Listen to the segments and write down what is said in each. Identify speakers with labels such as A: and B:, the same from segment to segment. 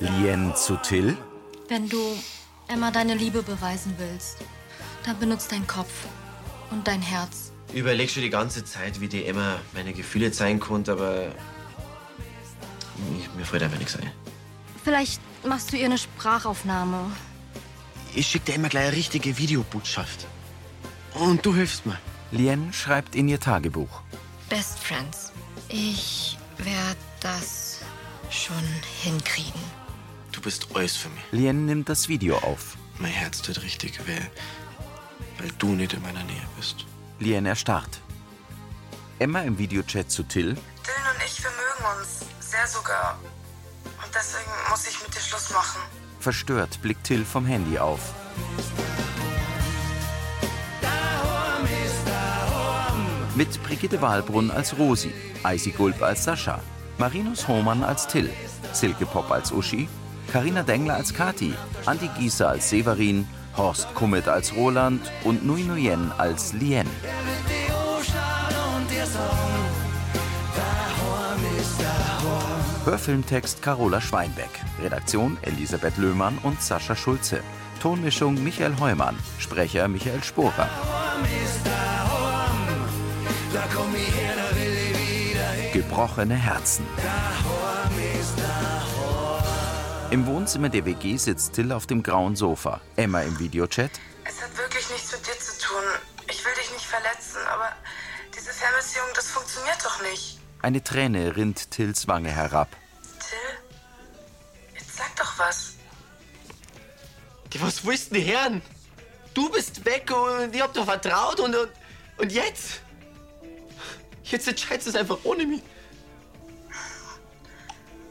A: Lien zu Till?
B: Wenn du Emma deine Liebe beweisen willst, dann benutzt deinen Kopf und dein Herz.
C: Überleg schon die ganze Zeit, wie die Emma meine Gefühle zeigen konnte, aber ich, mir fällt einfach nichts ein.
B: Vielleicht machst du ihr eine Sprachaufnahme.
C: Ich schicke dir immer gleich eine richtige Videobotschaft. Und du hilfst mir.
A: Lien schreibt in ihr Tagebuch.
D: Best Friends. Ich werde das schon hinkriegen.
C: Du bist alles für mich.
A: Lien nimmt das Video auf.
C: Mein Herz tut richtig weh, weil du nicht in meiner Nähe bist.
A: Lien erstarrt. Emma im Videochat zu Till.
E: Dylan und ich, wir mögen uns. Sehr sogar. Und deswegen muss ich mit dir Schluss machen.
A: Verstört blickt Till vom Handy auf. Mit Brigitte Wahlbrunn als Rosi, Eisi Gulb als Sascha, Marinus Hohmann als Till, Silke Pop als Uschi, Karina Dengler als Kati, Andi Gieser als Severin, Horst Kummet als Roland und Nui Nuyen als Lien. Hörfilmtext Carola Schweinbeck. Redaktion Elisabeth Löhmann und Sascha Schulze. Tonmischung Michael Heumann. Sprecher Michael Sporer. Gebrochene Herzen. Im Wohnzimmer der WG sitzt Till auf dem grauen Sofa. Emma im Videochat.
E: Es hat wirklich nichts mit dir zu tun. Ich will dich nicht verletzen, aber diese Fernbeziehung, das funktioniert doch nicht.
A: Eine Träne rinnt Tills Wange herab.
E: Till, jetzt sag doch was.
C: Die, was willst denn die Herren? Du bist weg und ich hab dir vertraut und, und, und jetzt? Jetzt entscheidest du es einfach ohne mich.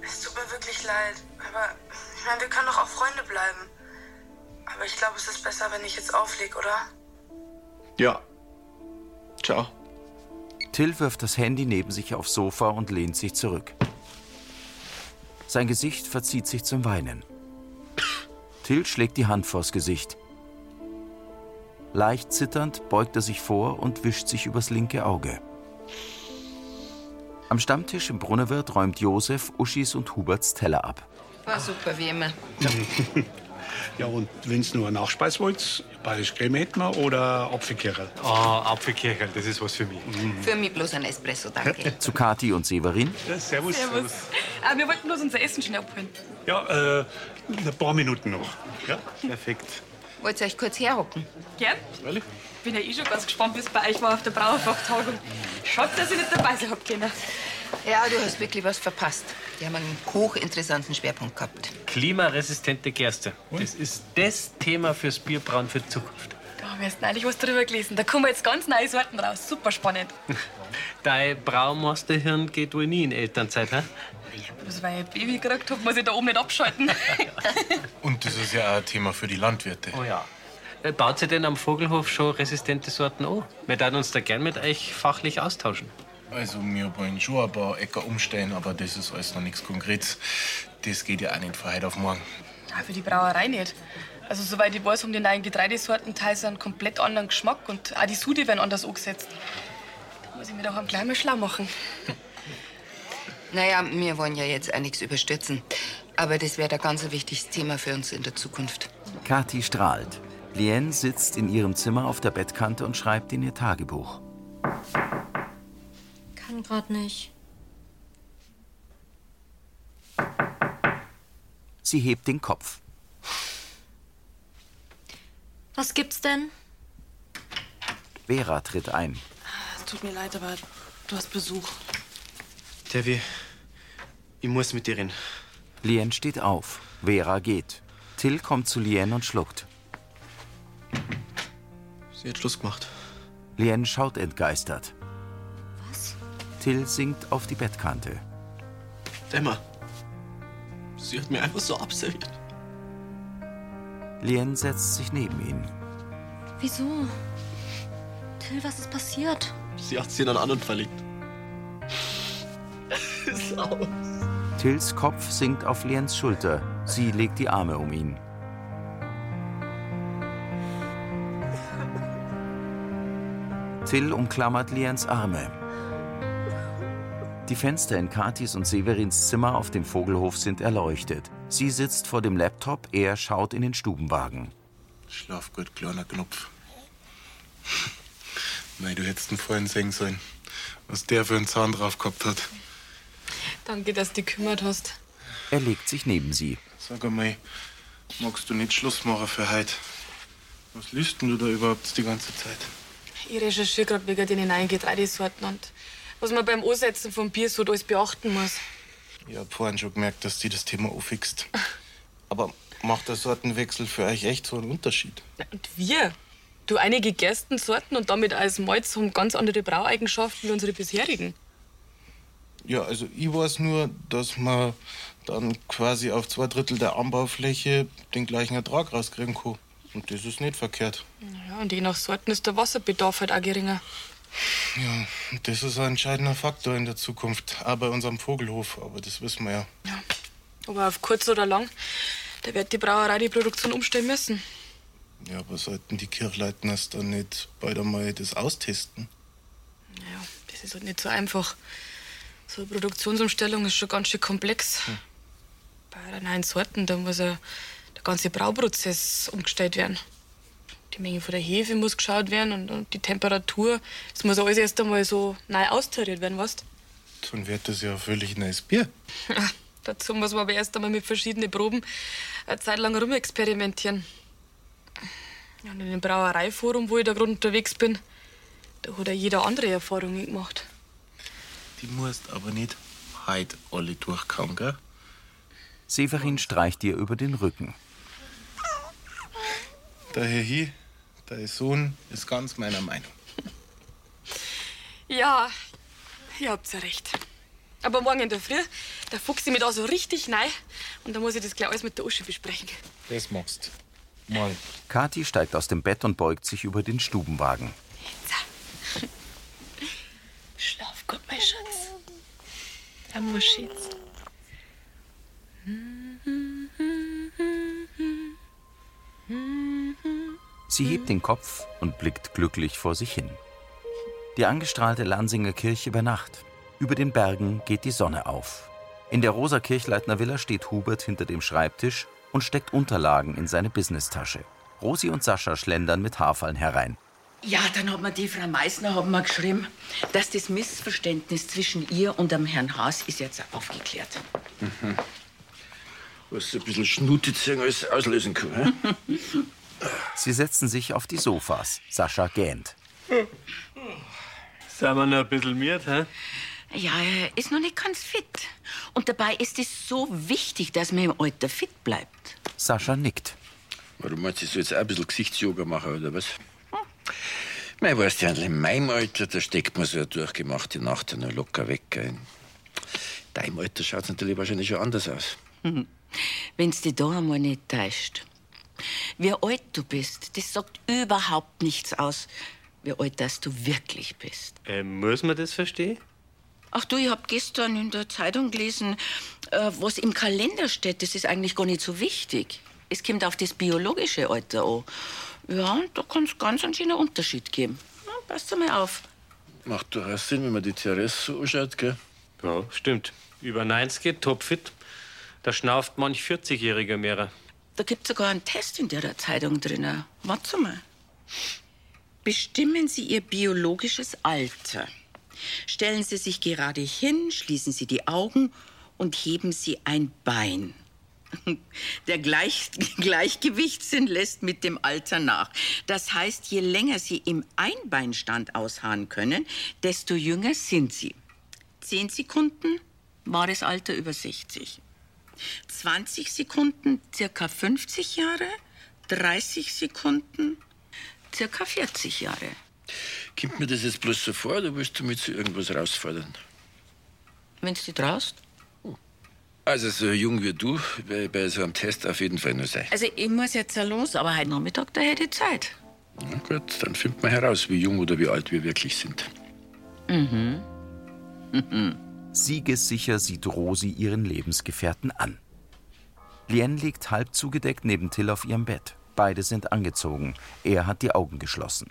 E: Es tut mir wirklich leid, aber ich meine, wir können doch auch Freunde bleiben. Aber ich glaube, es ist besser, wenn ich jetzt aufleg, oder?
C: Ja. Ciao.
A: Till wirft das Handy neben sich aufs Sofa und lehnt sich zurück. Sein Gesicht verzieht sich zum Weinen. Till schlägt die Hand vors Gesicht. Leicht zitternd beugt er sich vor und wischt sich übers linke Auge. Am Stammtisch im Brunnerwirt räumt Josef Uschis und Huberts Teller ab.
D: War super, wie immer.
F: Ja, und wenn ihr nur einen Nachspeis wollt, bayerisch Creme hätten wir oder Apfelkerl.
G: Ah, Apfelkirchel, das ist was für mich.
D: Für mich bloß ein Espresso, danke.
A: Zu Kati und Severin.
F: Ja, servus.
H: Servus. Ah, wir wollten bloß unser Essen schnell abholen.
F: Ja, äh, ein paar Minuten noch. Ja?
G: Perfekt.
D: Wollt ihr euch kurz herhocken?
H: Gell? Bin ja eh schon ganz gespannt, bis bei euch war auf der Brauerfachtagung. Schade, dass ich nicht dabei sein hab können.
D: Ja, du hast wirklich was verpasst. Die haben einen hochinteressanten Schwerpunkt gehabt.
G: Klimaresistente Gerste. Das ist das Thema fürs Bierbrauen für die Zukunft.
H: Da wirst du neulich was drüber gelesen. Da kommen jetzt ganz neue Sorten raus. Super spannend.
G: Dein Braumeisterhirn geht wohl nie in Elternzeit, hä?
H: Bloß weil ich ein Baby gekriegt hab, muss ich da oben nicht abschalten.
I: Und das ist ja auch ein Thema für die Landwirte.
G: Oh ja. Äh, Baut sie denn am Vogelhof schon resistente Sorten an? Wir würden uns da gern mit euch fachlich austauschen.
I: Also, wir wollen schon ein paar Äcker umstellen, aber das ist alles noch nichts Konkretes. Das geht ja auch nicht von heute auf morgen.
H: Ah, für die Brauerei nicht. Also, soweit ich weiß, haben die neuen Getreidesorten teils einen komplett anderen Geschmack und auch die Sude werden anders angesetzt. Da muss ich mir doch am gleich mal schlau machen.
D: Naja, wir wollen ja jetzt auch nichts überstürzen. Aber das wäre ein ganz wichtiges Thema für uns in der Zukunft.
A: Kati strahlt. Lien sitzt in ihrem Zimmer auf der Bettkante und schreibt in ihr Tagebuch.
B: Kann grad nicht.
A: Sie hebt den Kopf.
B: Was gibt's denn?
A: Vera tritt ein.
E: Es tut mir leid, aber du hast Besuch.
C: Tevi, ich muss mit dir reden.
A: Lien steht auf. Vera geht. Till kommt zu Lien und schluckt.
C: Sie hat Schluss gemacht.
A: Lien schaut entgeistert.
B: Was?
A: Till sinkt auf die Bettkante.
C: Emma, sie hat mir einfach so abserviert.
A: Lien setzt sich neben ihn.
B: Wieso? Till, was ist passiert?
C: Sie hat sie in einen anderen verlegt. Sau.
A: Tills Kopf sinkt auf Liens Schulter. Sie legt die Arme um ihn. Till umklammert Liens Arme. Die Fenster in Katis und Severins Zimmer auf dem Vogelhof sind erleuchtet. Sie sitzt vor dem Laptop, er schaut in den Stubenwagen.
I: Schlaf gut, kleiner Knopf. Nein, du hättest ihn vorhin sehen sollen, was der für einen Zahn drauf gehabt hat.
H: Danke, dass du dich gekümmert hast.
A: Er legt sich neben sie.
I: Sag einmal, magst du nicht Schluss machen für heute? Was liest denn du da überhaupt die ganze Zeit?
H: Ich recherchiere gerade wegen den neuen Getreidesorten und was man beim Ansetzen vom Biersud alles beachten muss.
I: Ich hab vorhin schon gemerkt, dass die das Thema anfixt. Aber macht der Sortenwechsel für euch echt so einen Unterschied?
H: Und wir? Du einige Gerstensorten und damit als Malz haben ganz andere Braueigenschaften wie unsere bisherigen.
I: Ja, also ich weiß nur, dass man dann quasi auf zwei Drittel der Anbaufläche den gleichen Ertrag rauskriegen kann. Und das ist nicht verkehrt.
H: Ja, und je nach Sorten ist der Wasserbedarf halt auch geringer.
I: Ja, das ist ein entscheidender Faktor in der Zukunft. Auch bei unserem Vogelhof, aber das wissen wir ja.
H: Aber auf kurz oder lang, da wird die Brauerei die Produktion umstellen müssen.
I: Ja, aber sollten die Kirchleitners dann nicht beide mal das austesten?
H: Ja, das ist halt nicht so einfach. So eine Produktionsumstellung ist schon ganz schön komplex. Bei einer neuen Sorten, da muss ja der ganze Brauprozess umgestellt werden. Die Menge von der Hefe muss geschaut werden und, und die Temperatur. Das muss alles erst einmal so neu austariert werden, weißt
I: Dann wird das ja ein völlig neues Bier.
H: Dazu muss man aber erst einmal mit verschiedenen Proben eine Zeit lang rumexperimentieren. Ja, Und in dem Brauereiforum, wo ich da gerade unterwegs bin, da hat ja jeder andere Erfahrungen gemacht.
I: Die musst aber nicht heute alle durchkauen, gell?
A: Severin streicht ihr über den Rücken.
I: Der Herr Hi, dein Sohn, ist ganz meiner Meinung.
H: Ja, ihr habt ja recht. Aber morgen in der Früh, da fuchse ich mich da so richtig rein und da muss ich das gleich alles mit der Uschi besprechen.
I: Das machst. Morgen.
A: Kathi steigt aus dem Bett und beugt sich über den Stubenwagen.
B: Oh
H: Schlaf gut, mein Schatz. Da muss jetzt.
A: Sie hebt den Kopf und blickt glücklich vor sich hin. Die angestrahlte Lansinger Kirche über Nacht. Über den Bergen geht die Sonne auf. In der rosa Kirchleitner Villa steht Hubert hinter dem Schreibtisch und steckt Unterlagen in seine Businesstasche. Rosi und Sascha schlendern mit Haarfallen herein.
J: Ja, dann hat mir die Frau Meissner hat mir geschrieben, dass das Missverständnis zwischen ihr und dem Herrn Haas ist jetzt aufgeklärt.
K: Mhm. Was ein bisschen schnutet singen, alles auslösen kann. hä?
A: Sie setzen sich auf die Sofas. Sascha gähnt.
G: Sind wir noch ein bisschen miert, hä?
J: Ja, er ist noch nicht ganz fit. Und dabei ist es so wichtig, dass man im Alter fit bleibt.
A: Sascha nickt.
K: Warum meinst du, ich soll jetzt auch ein bisschen Gesichtsyoga machen, oder was? Mei, weißt du, in meinem Alter, da steckt man so eine durchgemachte Nacht noch locker weg. Gell. In deinem Alter schaut es natürlich wahrscheinlich schon anders aus.
J: Hm. Wenn's dich da einmal nicht täuscht. Wie alt du bist, das sagt überhaupt nichts aus, wie alt dass du wirklich bist.
G: Äh, muss man das verstehen?
J: Ach du, ich hab gestern in der Zeitung gelesen, äh, was im Kalender steht, das ist eigentlich gar nicht so wichtig. Es kommt auf das biologische Alter an. Ja, und da kann's ganz anscheinend einen Unterschied geben. Na, passt einmal auf.
K: Macht durchaus Sinn, wenn man die Therese so anschaut, gell?
G: Ja, stimmt. Über 90, topfit. Da schnauft manch 40-Jähriger mehr.
J: Da gibt's sogar einen Test in der Zeitung drinnen. Warte mal. Bestimmen Sie Ihr biologisches Alter. Stellen Sie sich gerade hin, schließen Sie die Augen und heben Sie ein Bein. Der Gleich Gleichgewichtssinn lässt mit dem Alter nach. Das heißt, je länger Sie im Einbeinstand ausharren können, desto jünger sind Sie. Zehn Sekunden war das Alter über 60. 20 Sekunden circa 50 Jahre, 30 Sekunden circa 40 Jahre.
K: Kommt mir das jetzt bloß so vor, oder willst du mich zu irgendwas herausfordern?
J: Wenn du dich traust?
K: Also, so jung wie du, werde ich bei so einem Test auf jeden Fall nur sein.
J: Also ich muss jetzt ja los, aber heute Nachmittag, da hätte ich Zeit.
K: Na ne? gut, dann findet man heraus, wie jung oder wie alt wir wirklich sind.
J: Mhm.
A: Mhm. Siegessicher sieht Rosi ihren Lebensgefährten an. Lien liegt halb zugedeckt neben Till auf ihrem Bett. Beide sind angezogen. Er hat die Augen geschlossen.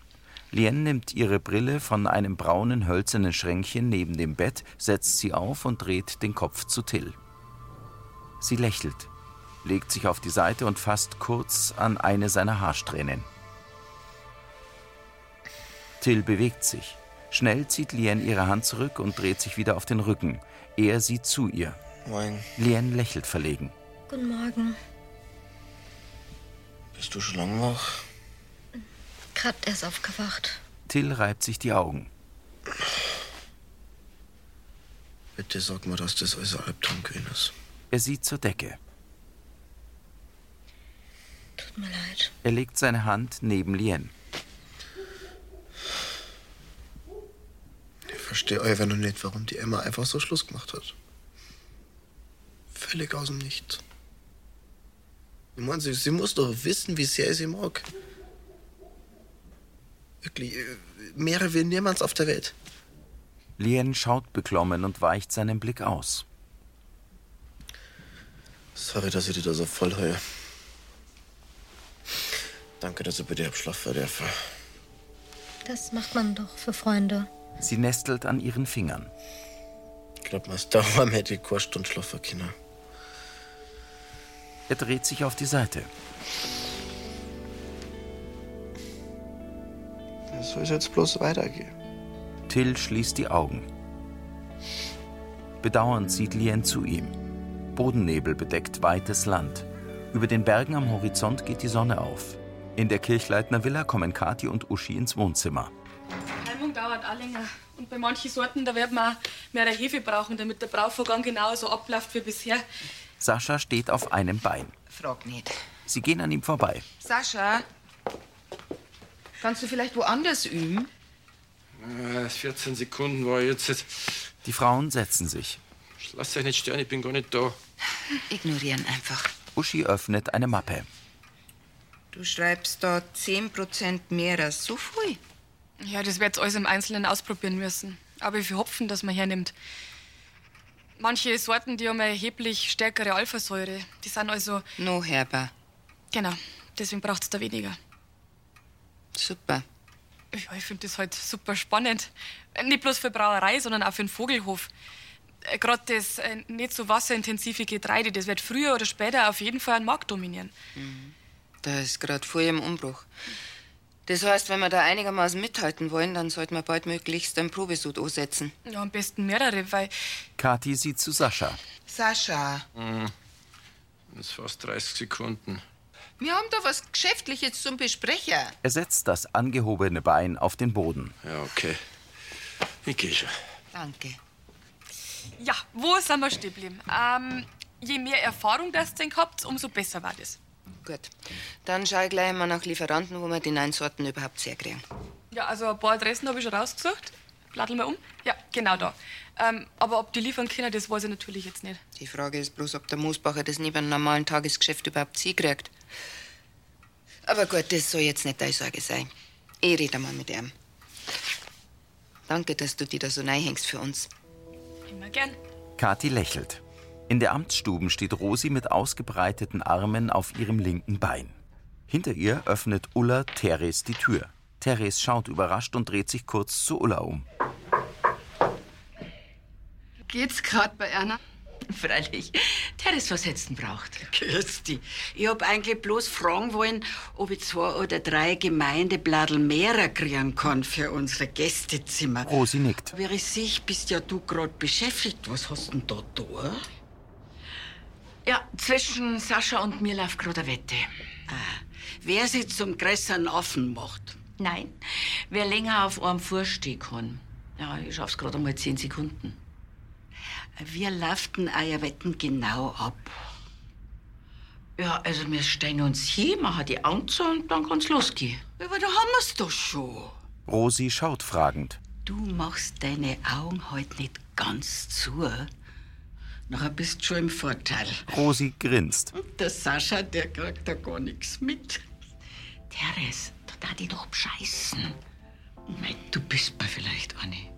A: Lien nimmt ihre Brille von einem braunen hölzernen Schränkchen neben dem Bett, setzt sie auf und dreht den Kopf zu Till. Sie lächelt, legt sich auf die Seite und fasst kurz an eine seiner Haarsträhnen. Till bewegt sich. Schnell zieht Lien ihre Hand zurück und dreht sich wieder auf den Rücken. Er sieht zu ihr.
C: Moin.
A: Lien lächelt verlegen.
B: Guten Morgen.
C: Bist du schon lange wach?
B: Gerade erst aufgewacht.
A: Till reibt sich die Augen.
C: Bitte sag mir, dass das alles ein Albtraumkönig ist.
A: Er sieht zur Decke.
B: Tut mir leid.
A: Er legt seine Hand neben Lien.
C: Ich verstehe einfach noch nicht, warum die Emma einfach so Schluss gemacht hat. Völlig aus dem Nichts. Ich meine, sie, sie muss doch wissen, wie sehr ich sie mag. Wirklich, äh, mehrere will niemals auf der Welt.
A: Lien schaut beklommen und weicht seinen Blick aus.
C: Sorry, dass ich dir da so voll heue. Danke, dass ich bei dir hab Schlaf verderfe.
B: Das macht man doch für Freunde.
A: Sie nestelt an ihren Fingern.
C: Ich glaub, man ist daheim hätte ich keine Stunde schlafen können.
A: Er dreht sich auf die Seite.
C: Das soll jetzt bloß weitergehen.
A: Till schließt die Augen. Bedauernd sieht Lien zu ihm. Bodennebel bedeckt weites Land. Über den Bergen am Horizont geht die Sonne auf. In der Kirchleitner Villa kommen Kathi und Uschi ins Wohnzimmer.
H: Keimung dauert auch länger. Und bei manchen Sorten, da wird man mehr Hefe brauchen, damit der Brauvorgang genauso abläuft wie bisher.
A: Sascha steht auf einem Bein.
D: Frag nicht.
A: Sie gehen an ihm vorbei.
D: Sascha, kannst du vielleicht woanders üben?
K: 14 Sekunden war jetzt. jetzt.
A: Die Frauen setzen sich.
K: Lasst euch nicht stören, ich bin gar nicht da.
D: Ignorieren einfach.
A: Uschi öffnet eine Mappe.
D: Du schreibst da 10% mehr, so viel?
H: Ja, das wird jetzt alles im Einzelnen ausprobieren müssen. Aber ich will hopfen, dass man hernimmt. Manche Sorten, die haben eine erheblich stärkere Alphasäure. Die sind also.
D: No herber.
H: Genau, deswegen braucht es da weniger.
D: Super.
H: Ja, ich finde das halt super spannend. Nicht bloß für Brauerei, sondern auch für den Vogelhof. Gerade das äh, nicht so wasserintensive Getreide, das wird früher oder später auf jeden Fall einen Markt dominieren.
D: Da ist gerade voll im Umbruch. Das heißt, wenn wir da einigermaßen mithalten wollen, dann sollten wir baldmöglichst einen Probesud ansetzen.
H: Ja, am besten mehrere, weil.
A: Kathi sieht zu Sascha.
D: Sascha,
K: Hm. Das ist fast 30 Sekunden.
D: wir haben da was Geschäftliches zum Besprechen.
A: Er setzt das angehobene Bein auf den Boden.
K: Ja, okay. Ich geh schon.
D: Danke.
H: Ja, wo sind wir stehen geblieben? Ähm, je mehr Erfahrung das denn habt, umso besser war das.
D: Gut. Dann schau ich gleich mal nach Lieferanten, wo wir die neuen Sorten überhaupt herkriegen.
H: Ja, also ein paar Adressen habe ich schon rausgesucht. Blattel mal um. Ja, genau da. Ähm, aber ob die liefern können, das weiß ich natürlich jetzt nicht.
D: Die Frage ist bloß, ob der Moosbacher das neben einem normalen Tagesgeschäft überhaupt hinkriegt. Aber gut, das soll jetzt nicht deine Sorge sein. Ich rede mal mit ihm. Danke, dass du dir da so reinhängst für uns.
H: Immer gern.
A: Kathi lächelt. In der Amtsstuben steht Rosi mit ausgebreiteten Armen auf ihrem linken Bein. Hinter ihr öffnet Ulla Teres die Tür. Teres schaut überrascht und dreht sich kurz zu Ulla um.
J: Geht's grad bei Erna?
L: Freilich. Teres, was hättest du denn braucht?
J: Grüß dich. Ich hab eigentlich bloß fragen wollen, ob ich zwei oder drei Gemeindebladel mehr kriegen kann für unsere Gästezimmer.
A: Rosi nickt.
J: Aber ich sehe, bist ja du grad beschäftigt. Was hast denn da da?
L: Ja, zwischen Sascha und mir läuft gerade eine Wette.
J: Ah. Wer sie zum größeren Affen macht.
L: Nein, wer länger auf einem Fuß stehen kann. Ja, ich schaff's gerade einmal zehn Sekunden.
J: Wir lauften euer Wetten genau ab.
L: Ja, also wir stellen uns hier, machen die Anzahl und dann kann's losgehen.
J: Aber da haben wir's doch schon.
A: Rosi schaut fragend.
J: Du machst deine Augen heute nicht ganz zu. Nachher bist du schon im Vorteil.
A: Rosi grinst.
J: Der Sascha, der kriegt da gar nichts mit. Teres, da darf ich doch scheißen. Nein, du bist mir vielleicht, Anni.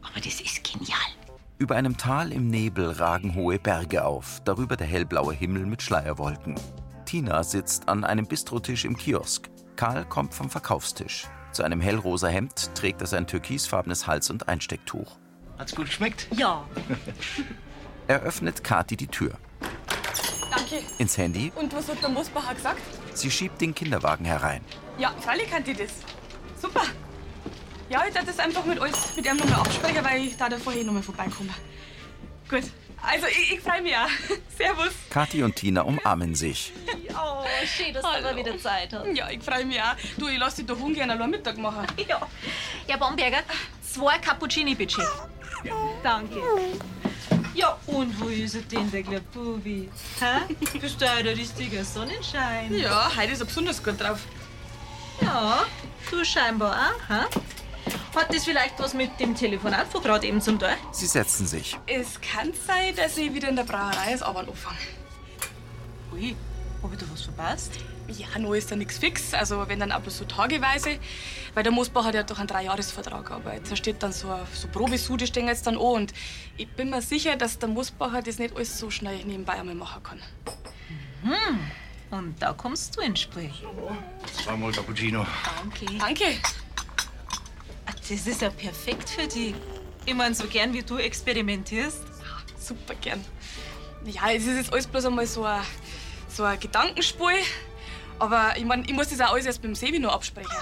J: Aber das ist genial.
A: Über einem Tal im Nebel ragen hohe Berge auf, darüber der hellblaue Himmel mit Schleierwolken. Tina sitzt an einem Bistrotisch im Kiosk. Karl kommt vom Verkaufstisch. Zu einem hellrosa Hemd trägt er sein türkisfarbenes Hals- und Einstecktuch.
G: Hat's gut geschmeckt?
M: Ja.
A: Er öffnet Kathi die Tür.
H: Danke.
A: Ins Handy.
H: Und was hat der Mosbacher gesagt?
A: Sie schiebt den Kinderwagen herein.
H: Ja, freilich kann die das. Super. Ja, ich werde das einfach mit euch, mit ihm nochmal absprechen, weil ich da davor eh nochmal vorbeikomme. Gut. Also, ich, ich freue mich auch. Servus.
A: Kathi und Tina umarmen sich.
H: Oh, schön, dass du mal wieder Zeit hast. Ja, ich freue mich auch. Du, ich lasse dich da ungern allein Mittag machen. Ja.
N: Ja, Bomberger, zwei Cappuccini bitte. Danke. Ja, und wo ist er denn, der kleine Bubi? Hä? Bist du auch der richtige Sonnenschein?
M: Ja,
N: heute ist er besonders gut drauf. Ja, du scheinbar auch, hä? Hat das vielleicht was mit dem Telefonat von gerade eben zum Tor?
A: Sie setzen sich.
H: Es kann sein, dass ich wieder in der Brauerei ist, aber anfange.
N: Ui, hab ich da was verpasst?
H: Ja, noch ist da nichts fix. Also, wenn dann auch bloß so tageweise. Weil der Mosbacher, der hat doch einen Dreijahresvertrag. Aber jetzt steht dann so, so Probisude stehen jetzt dann an. Und ich bin mir sicher, dass der Mosbacher das nicht alles so schnell nebenbei einmal machen kann.
N: Hm, und da kommst du ins Spiel.
F: Zweimal Cappuccino.
N: Danke. Danke. Ah, Das ist ja perfekt für dich. Ich meine, so gern wie du experimentierst.
H: Super gern. Ja, es ist jetzt alles bloß einmal so ein, so ein Gedankenspiel. Aber ich mein, ich muss das auch alles erst beim Sebi noch absprechen.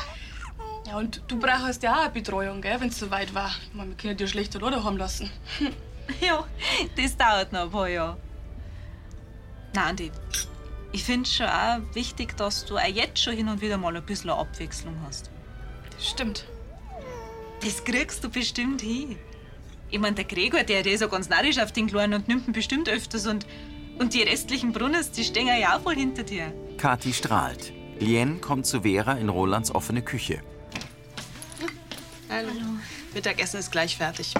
H: Ja, und du brauchst ja auch eine Betreuung, gell, wenn es so weit war. Ich mein, wir können dir schlecht oder daheim lassen.
N: Ja, das dauert noch ein paar Jahre. Nein, Andi, ich finde schon auch wichtig, dass du auch jetzt schon hin und wieder mal ein bisschen eine Abwechslung hast.
H: Stimmt.
N: Das kriegst du bestimmt hin. Ich meine, der Gregor, der, der ist ja ganz narrisch auf den Kleinen und nimmt ihn bestimmt öfters. Und, und die restlichen Brunners, die stehen ja auch voll hinter dir.
A: Kathi strahlt. Lien kommt zu Vera in Rolands offene Küche.
O: Hallo. Mittagessen ist gleich fertig.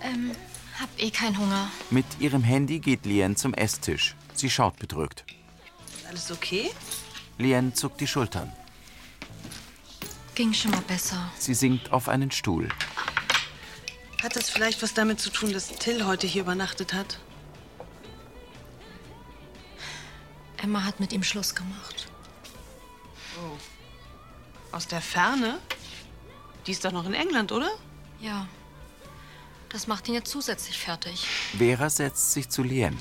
B: Ähm, hab eh keinen Hunger.
A: Mit ihrem Handy geht Lien zum Esstisch. Sie schaut bedrückt.
O: Alles okay?
A: Lien zuckt die Schultern.
B: Ging schon mal besser.
A: Sie sinkt auf einen Stuhl.
O: Hat das vielleicht was damit zu tun, dass Till heute hier übernachtet hat?
B: Emma hat mit ihm Schluss gemacht.
O: Oh. Aus der Ferne? Die ist doch noch in England, oder?
B: Ja. Das macht ihn jetzt zusätzlich fertig.
A: Vera setzt sich zu Lien.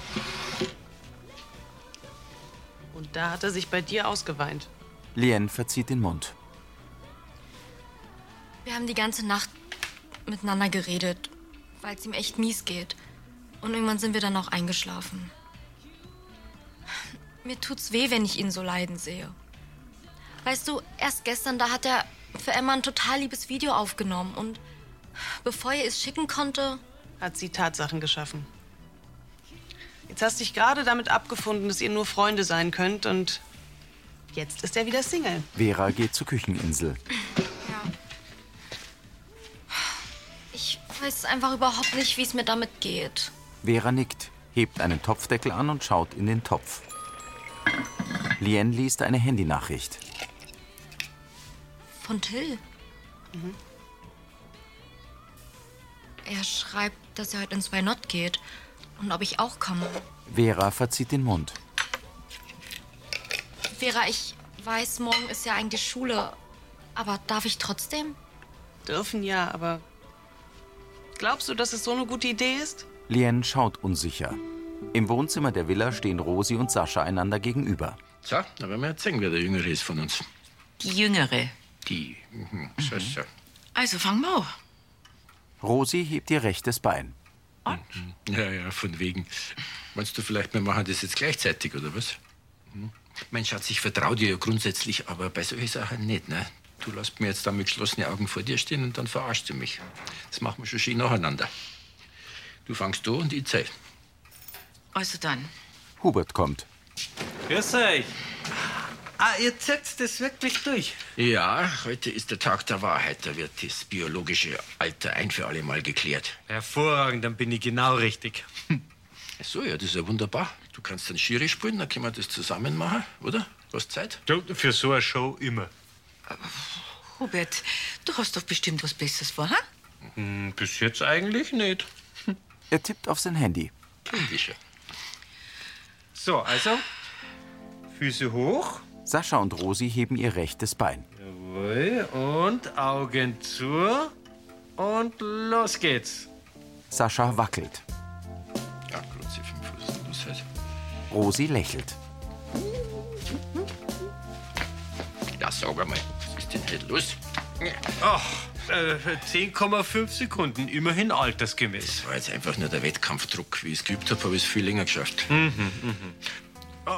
O: Und da hat er sich bei dir ausgeweint.
A: Lien verzieht den Mund.
B: Wir haben die ganze Nacht miteinander geredet, weil es ihm echt mies geht. Und irgendwann sind wir dann auch eingeschlafen. Mir tut's weh, wenn ich ihn so leiden sehe. Weißt du, erst gestern, da hat er für Emma ein total liebes Video aufgenommen. Und bevor er es schicken konnte,
O: Hat sie Tatsachen geschaffen. Jetzt hast dich gerade damit abgefunden, dass ihr nur Freunde sein könnt und jetzt ist er wieder Single.
A: Vera geht zur Kücheninsel.
B: ich weiß einfach überhaupt nicht, wie es mir damit geht.
A: Vera nickt, hebt einen Topfdeckel an und schaut in den Topf. Lien liest eine Handynachricht.
B: Von Till. Er schreibt, dass er heute ins Why Not geht und ob ich auch komme.
A: Vera verzieht den Mund.
B: Vera, ich weiß, morgen ist ja eigentlich Schule, aber darf ich trotzdem?
O: Dürfen ja, aber glaubst du, dass es so eine gute Idee ist?
A: Lien schaut unsicher. Im Wohnzimmer der Villa stehen Rosi und Sascha einander gegenüber.
K: So, dann werden wir jetzt sehen, wer der Jüngere ist von uns.
J: Die Jüngere.
K: Die. Mhm. So, so.
J: Also fangen wir an.
A: Rosi hebt ihr rechtes Bein.
K: Mhm. Ja, ja, von wegen. Meinst du vielleicht, wir machen das jetzt gleichzeitig, oder was? Hm? Mein Schatz, ich vertraue dir ja grundsätzlich, aber bei solchen Sachen nicht, ne? Du lässt mir jetzt da mit geschlossenen Augen vor dir stehen und dann verarschst du mich. Das machen wir schon schön nacheinander. Du fangst du und ich zeig.
J: Also dann.
A: Hubert kommt.
G: Grüß euch. Ah, ihr zieht das wirklich durch.
K: Ja, heute ist der Tag der Wahrheit. Da wird das biologische Alter ein für alle Mal geklärt.
G: Hervorragend, dann bin ich genau richtig.
K: Ach So, ja, das ist ja wunderbar. Du kannst dann Schiri spielen, dann können wir das zusammen machen, oder? Hast Zeit?
G: Für so eine Show immer.
J: Hubert, du hast doch bestimmt was Besseres vor, ha?
G: Hm, bis jetzt eigentlich nicht.
A: Er tippt auf sein Handy.
G: So, also, Füße hoch.
A: Sascha und Rosi heben ihr rechtes Bein.
G: Jawohl. Jawohl. Und Augen zu. Und los geht's.
A: Sascha wackelt.
K: Ja, Kruzifem, was ist denn los heute?
A: Rosi lächelt.
K: Ja, sag einmal, was ist denn heute los?
G: Ach, äh, 10,5 Sekunden, immerhin altersgemäß.
K: War jetzt einfach nur der Wettkampfdruck. Wie ich es geübt habe, habe ich es viel länger geschafft.
G: Mhm, mhm.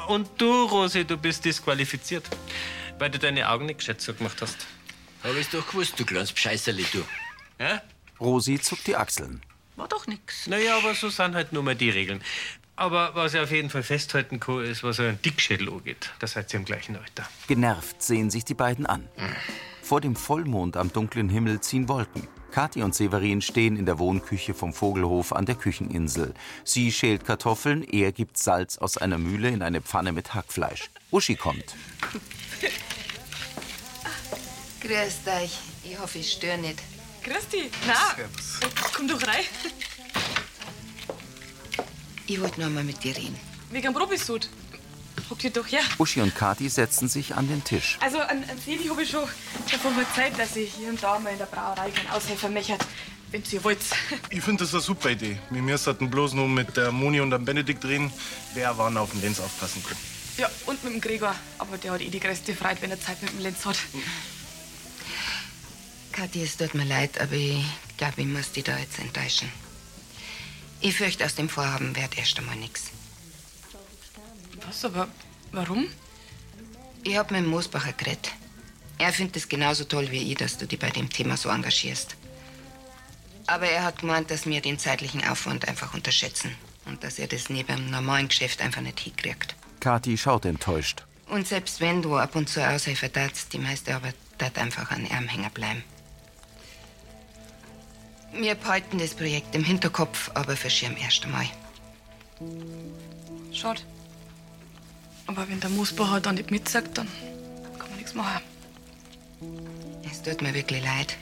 G: Und du, Rosi, du bist disqualifiziert, weil du deine Augen nicht gescheit zugemacht hast.
K: Habe ich doch gewusst, du kleines Scheißerli, du. Ja?
A: Rosi zuckt die Achseln.
G: War doch nix. Naja, aber so sind halt nur mal die Regeln. Aber was ich auf jeden Fall festhalten kann, ist, was euren Dickschädel angeht. Da seid ihr im gleichen Alter.
A: Genervt sehen sich die beiden an. Vor dem Vollmond am dunklen Himmel ziehen Wolken. Kathi und Severin stehen in der Wohnküche vom Vogelhof an der Kücheninsel. Sie schält Kartoffeln, er gibt Salz aus einer Mühle in eine Pfanne mit Hackfleisch. Uschi kommt.
D: Grüßt euch. Ich hoffe, ich störe nicht.
H: Christi, na, komm doch rein.
D: Ich wollte noch mal mit dir reden.
H: Wegen Probisud. Hock dir doch her.
A: Uschi und Kathi setzen sich an den Tisch.
H: Also, an, an Sevi habe ich schon davon erzählt, dass ich hier und da mal in der Brauerei keinen Aushelfer mechert, wenn ihr wollt.
I: Ich finde das eine super Idee. Wir müssen bloß nur mit der Moni und dem Benedikt reden, wer wann auf den Lenz aufpassen kann.
H: Ja, und mit dem Gregor. Aber der hat eh die größte Freiheit, wenn er Zeit mit dem Lenz hat.
D: Kathi, es tut mir leid, aber ich glaube, ich muss dich da jetzt enttäuschen. Ich fürchte, aus dem Vorhaben wird erst einmal nichts.
H: Was, aber warum?
D: Ich habe mit dem Moosbacher geredet. Er findet es genauso toll wie ich, dass du dich bei dem Thema so engagierst. Aber er hat gemeint, dass wir den zeitlichen Aufwand einfach unterschätzen und dass er das neben dem normalen Geschäft einfach nicht hinkriegt.
A: Kathi schaut enttäuscht.
D: Und selbst wenn du ab und zu aushelfen darfst, die meiste Arbeit darf einfach an ihm hängen bleiben. Wir behalten das Projekt im Hinterkopf, aber verschirm erst einmal.
H: Schade. Aber wenn der Moosbauer da nicht mitsagt, dann kann man nichts machen.
D: Es tut mir wirklich leid.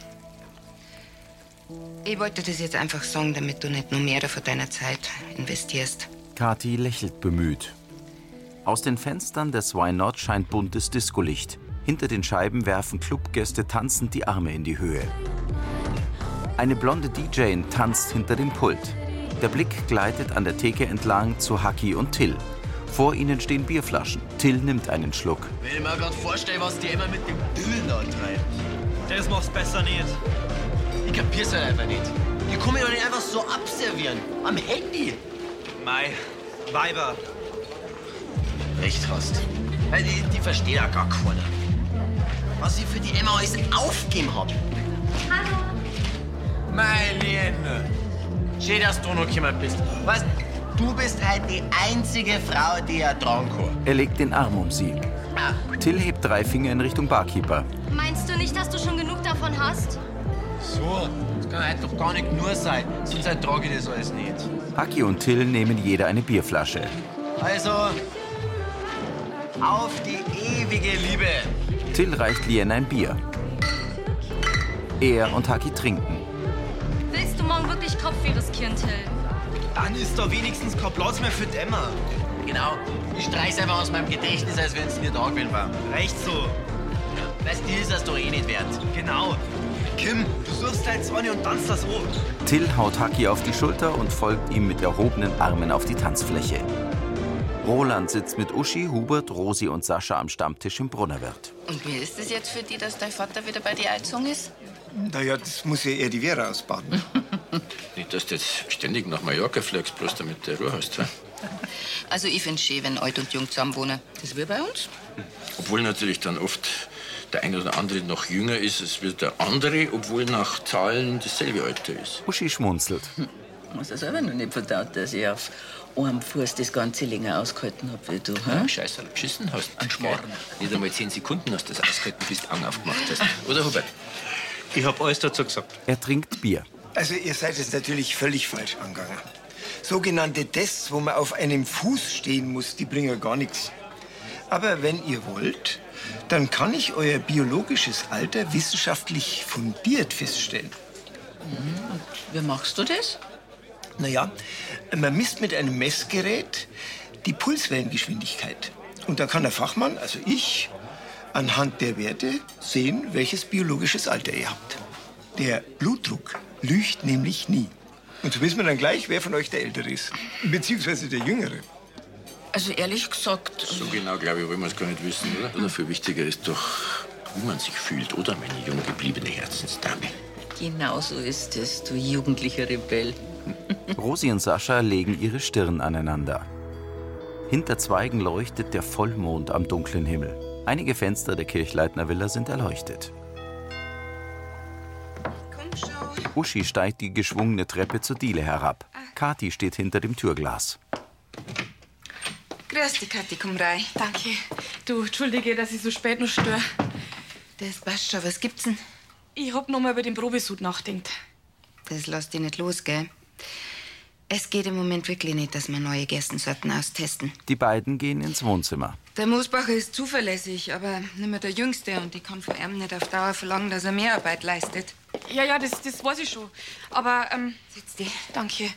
D: Ich wollte das jetzt einfach sagen, damit du nicht nur mehr von deiner Zeit investierst.
A: Kathi lächelt bemüht. Aus den Fenstern des Why Not scheint buntes Discolicht. Hinter den Scheiben werfen Clubgäste tanzend die Arme in die Höhe. Eine blonde DJ tanzt hinter dem Pult. Der Blick gleitet an der Theke entlang zu Haki und Till. Vor ihnen stehen Bierflaschen. Till nimmt einen Schluck.
L: Will mir grad vorstellen, was die immer mit dem Dülen da treiben. Das macht's besser nicht. Ich kapier's halt einfach nicht. Die kommen doch nicht einfach so abservieren. Am Handy. Mei, Weiber. Recht hast. Weil Die, die verstehen ja gar keiner. Was ich für die Emma alles aufgegeben hab.
P: Hallo.
L: Meine Liebe. Schön, dass du noch gekommen bist. Weißt, du bist halt die einzige Frau, die er tragen kann.
A: Er legt den Arm um sie. Till hebt drei Finger in Richtung Barkeeper.
B: Meinst du nicht, dass du schon genug davon hast?
L: So, das kann halt doch gar nicht nur sein. Sonst halt trage ich das alles nicht.
A: Haki und Till nehmen jeder eine Bierflasche.
L: Also, auf die ewige Liebe.
A: Till reicht Lien ein Bier. Er und Haki trinken.
B: Willst du morgen wirklich Kopfweh riskieren, Till?
L: Dann ist doch wenigstens kein Platz mehr für die Emma. Genau. Ich streich's einfach aus meinem Gedächtnis, als wenn's nie da gewesen war. Recht so. Weißt du, ist das doch eh nicht wert. Genau. Kim, du suchst halt Sonne und tanzt das hoch.
A: Till haut Haki auf die Schulter und folgt ihm mit erhobenen Armen auf die Tanzfläche. Roland sitzt mit Uschi, Hubert, Rosi und Sascha am Stammtisch im Brunnerwirt.
D: Und wie ist es jetzt für die, dass dein Vater wieder bei dir eingezogen ist?
Q: Naja, das muss ja eher die Vera ausbaden.
K: Nicht, dass du jetzt ständig nach Mallorca fliegst, bloß damit du Ruhe hast. wa?
D: Also, ich find's schön, wenn alt und jung zusammen wohnen. Das ist wie bei uns.
K: Obwohl natürlich dann oft der eine oder andere noch jünger ist, es wird der andere, obwohl nach Zahlen dasselbe Alter ist.
A: Uschi schmunzelt.
K: Hm,
R: Ich muss das selber noch nicht verdaut, dass ich auf einem Fuß das ganze länger ausgehalten habe wie du.
K: Ja, Scheiße, geschissen hast. Ein Schmarrn. Nicht einmal zehn Sekunden hast du das ausgehalten, bis du Augen aufgemacht hast. Oder, Hubert?
G: Ich hab alles dazu gesagt.
A: Er trinkt Bier.
Q: Also ihr seid es natürlich völlig falsch angegangen. Sogenannte Tests, wo man auf einem Fuß stehen muss, die bringen gar nichts. Aber wenn ihr wollt, dann kann ich euer biologisches Alter wissenschaftlich fundiert feststellen.
R: Und Mhm. wie machst du das?
Q: Naja, man misst mit einem Messgerät die Pulswellengeschwindigkeit. Und dann kann der Fachmann, also ich, anhand der Werte sehen, welches biologisches Alter ihr habt. Der Blutdruck lügt nämlich nie. Und so wissen wir dann gleich, wer von euch der Ältere ist. Beziehungsweise der Jüngere.
J: Also ehrlich gesagt.
K: So genau, glaube ich, wollen wir es gar nicht wissen, oder? Oder viel wichtiger ist doch, wie man sich fühlt, oder, meine jung gebliebene Herzensdame?
J: Genau so ist es, du jugendlicher Rebell.
A: Rosi und Sascha legen ihre Stirn aneinander. Hinter Zweigen leuchtet der Vollmond am dunklen Himmel. Einige Fenster der Kirchleitner Villa sind erleuchtet. Uschi steigt die geschwungene Treppe zur Diele herab. Kathi steht hinter dem Türglas.
J: Grüß dich, Kathi, komm rein.
M: Danke. Du, entschuldige, dass ich so spät noch störe.
D: Das passt schon. Was gibt's denn?
M: Ich hab noch mal über den Probesud nachgedacht.
D: Das lasst dich nicht los, gell? Es geht im Moment wirklich nicht, dass wir neue Gerstensorten austesten.
A: Die beiden gehen ins Wohnzimmer.
D: Der Moosbacher ist zuverlässig, aber nicht mehr der Jüngste und ich kann von ihm nicht auf Dauer verlangen, dass er mehr Arbeit leistet.
M: Ja, ja, Ah, das, das weiß ich schon. Aber, ähm. Sitz dich. Danke.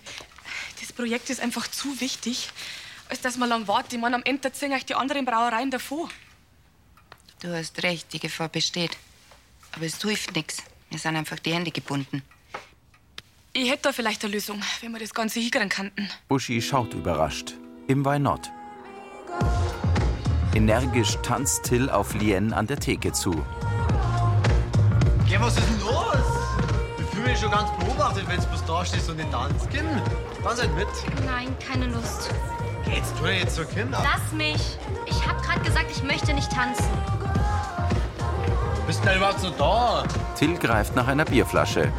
M: Das Projekt ist einfach zu wichtig, als dass man lang wartet. Ich meine, am Ende ziehen euch die anderen Brauereien davor.
D: Du hast recht, die Gefahr besteht. Aber es hilft nichts. Wir sind einfach die Hände gebunden.
M: Ich hätte da vielleicht eine Lösung, wenn wir das Ganze hinkriegen könnten.
A: Uschi schaut überrascht. Im Why Not? Energisch tanzt Till auf Lien an der Theke zu.
L: Geh, was ist denn los? Ich fühle mich schon ganz beobachtet, wenn du bloß da stehst und nicht tanzt. Kim, tanz halt mit.
B: Nein, keine Lust.
L: Geht's du jetzt zur Kinder?
B: Lass mich. Ich hab grad gesagt, ich möchte nicht tanzen.
L: Bist du denn überhaupt so da?
A: Till greift nach einer Bierflasche.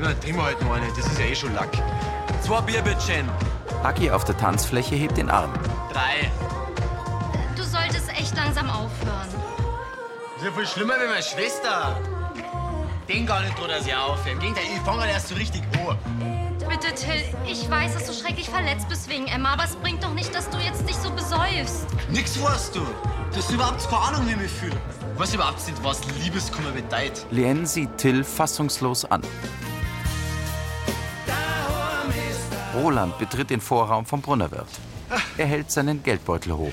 L: Na, trinken wir halt noch eine, das ist ja eh schon Lack. Zwei Bier, bitteschön.
A: Aki auf der Tanzfläche hebt den Arm.
L: Drei.
B: Du solltest echt langsam aufhören.
L: Ist ja viel schlimmer wie meine Schwester. Denk gar nicht dran, dass ich aufhöre. Im Gegenteil, ich fange erst so richtig an.
B: Bitte, Till, ich weiß, dass du schrecklich verletzt bist wegen Emma, aber es bringt doch nicht, dass du jetzt dich so besäufst.
L: Nix weißt du. Du hast überhaupt keine Ahnung, wie ich mich fühle. Du weißt überhaupt nicht, was Liebeskummer bedeutet.
A: Lien sieht Till fassungslos an. Roland betritt den Vorraum vom Brunnerwirt. Er hält seinen Geldbeutel hoch.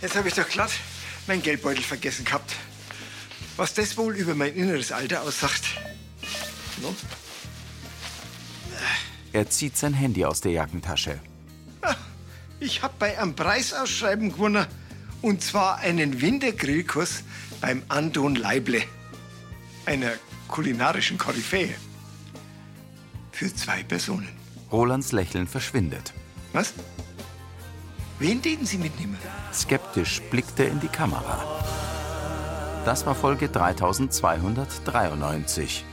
Q: Jetzt habe ich doch glatt meinen Geldbeutel vergessen gehabt. Was das wohl über mein inneres Alter aussagt. No?
A: Er zieht sein Handy aus der Jackentasche.
Q: Ah, Ich habe bei einem Preisausschreiben gewonnen. Und zwar einen Wintergrillkurs beim Anton Leible. Einer kulinarischen Koryphäe. Für zwei Personen.
A: Rolands Lächeln verschwindet.
Q: Was? Wen reden Sie mitnehmen?
A: Skeptisch blickt er in die Kamera. Das war Folge 3293.